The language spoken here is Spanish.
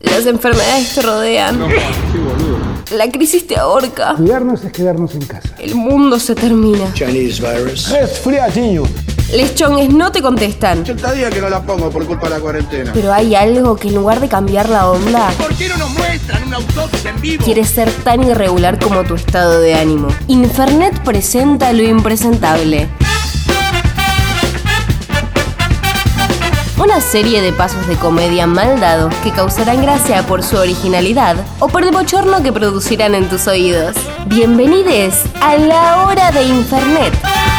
Las enfermedades te rodean. Sí, boludo. La crisis te ahorca. Cuidarnos es quedarnos en casa. El mundo se termina. Chinese virus. Es friatinho. Les chongues no te contestan. 80 días que no la pongo por culpa de la cuarentena. Pero hay algo que en lugar de cambiar la onda, ¿Por qué no nos muestran una autopsia en vivo? quiere ser tan irregular como tu estado de ánimo. Infernet presenta lo impresentable. Una serie de pasos de comedia mal dados que causarán gracia por su originalidad o por el bochorno que producirán en tus oídos. Bienvenides a la hora de Infernet.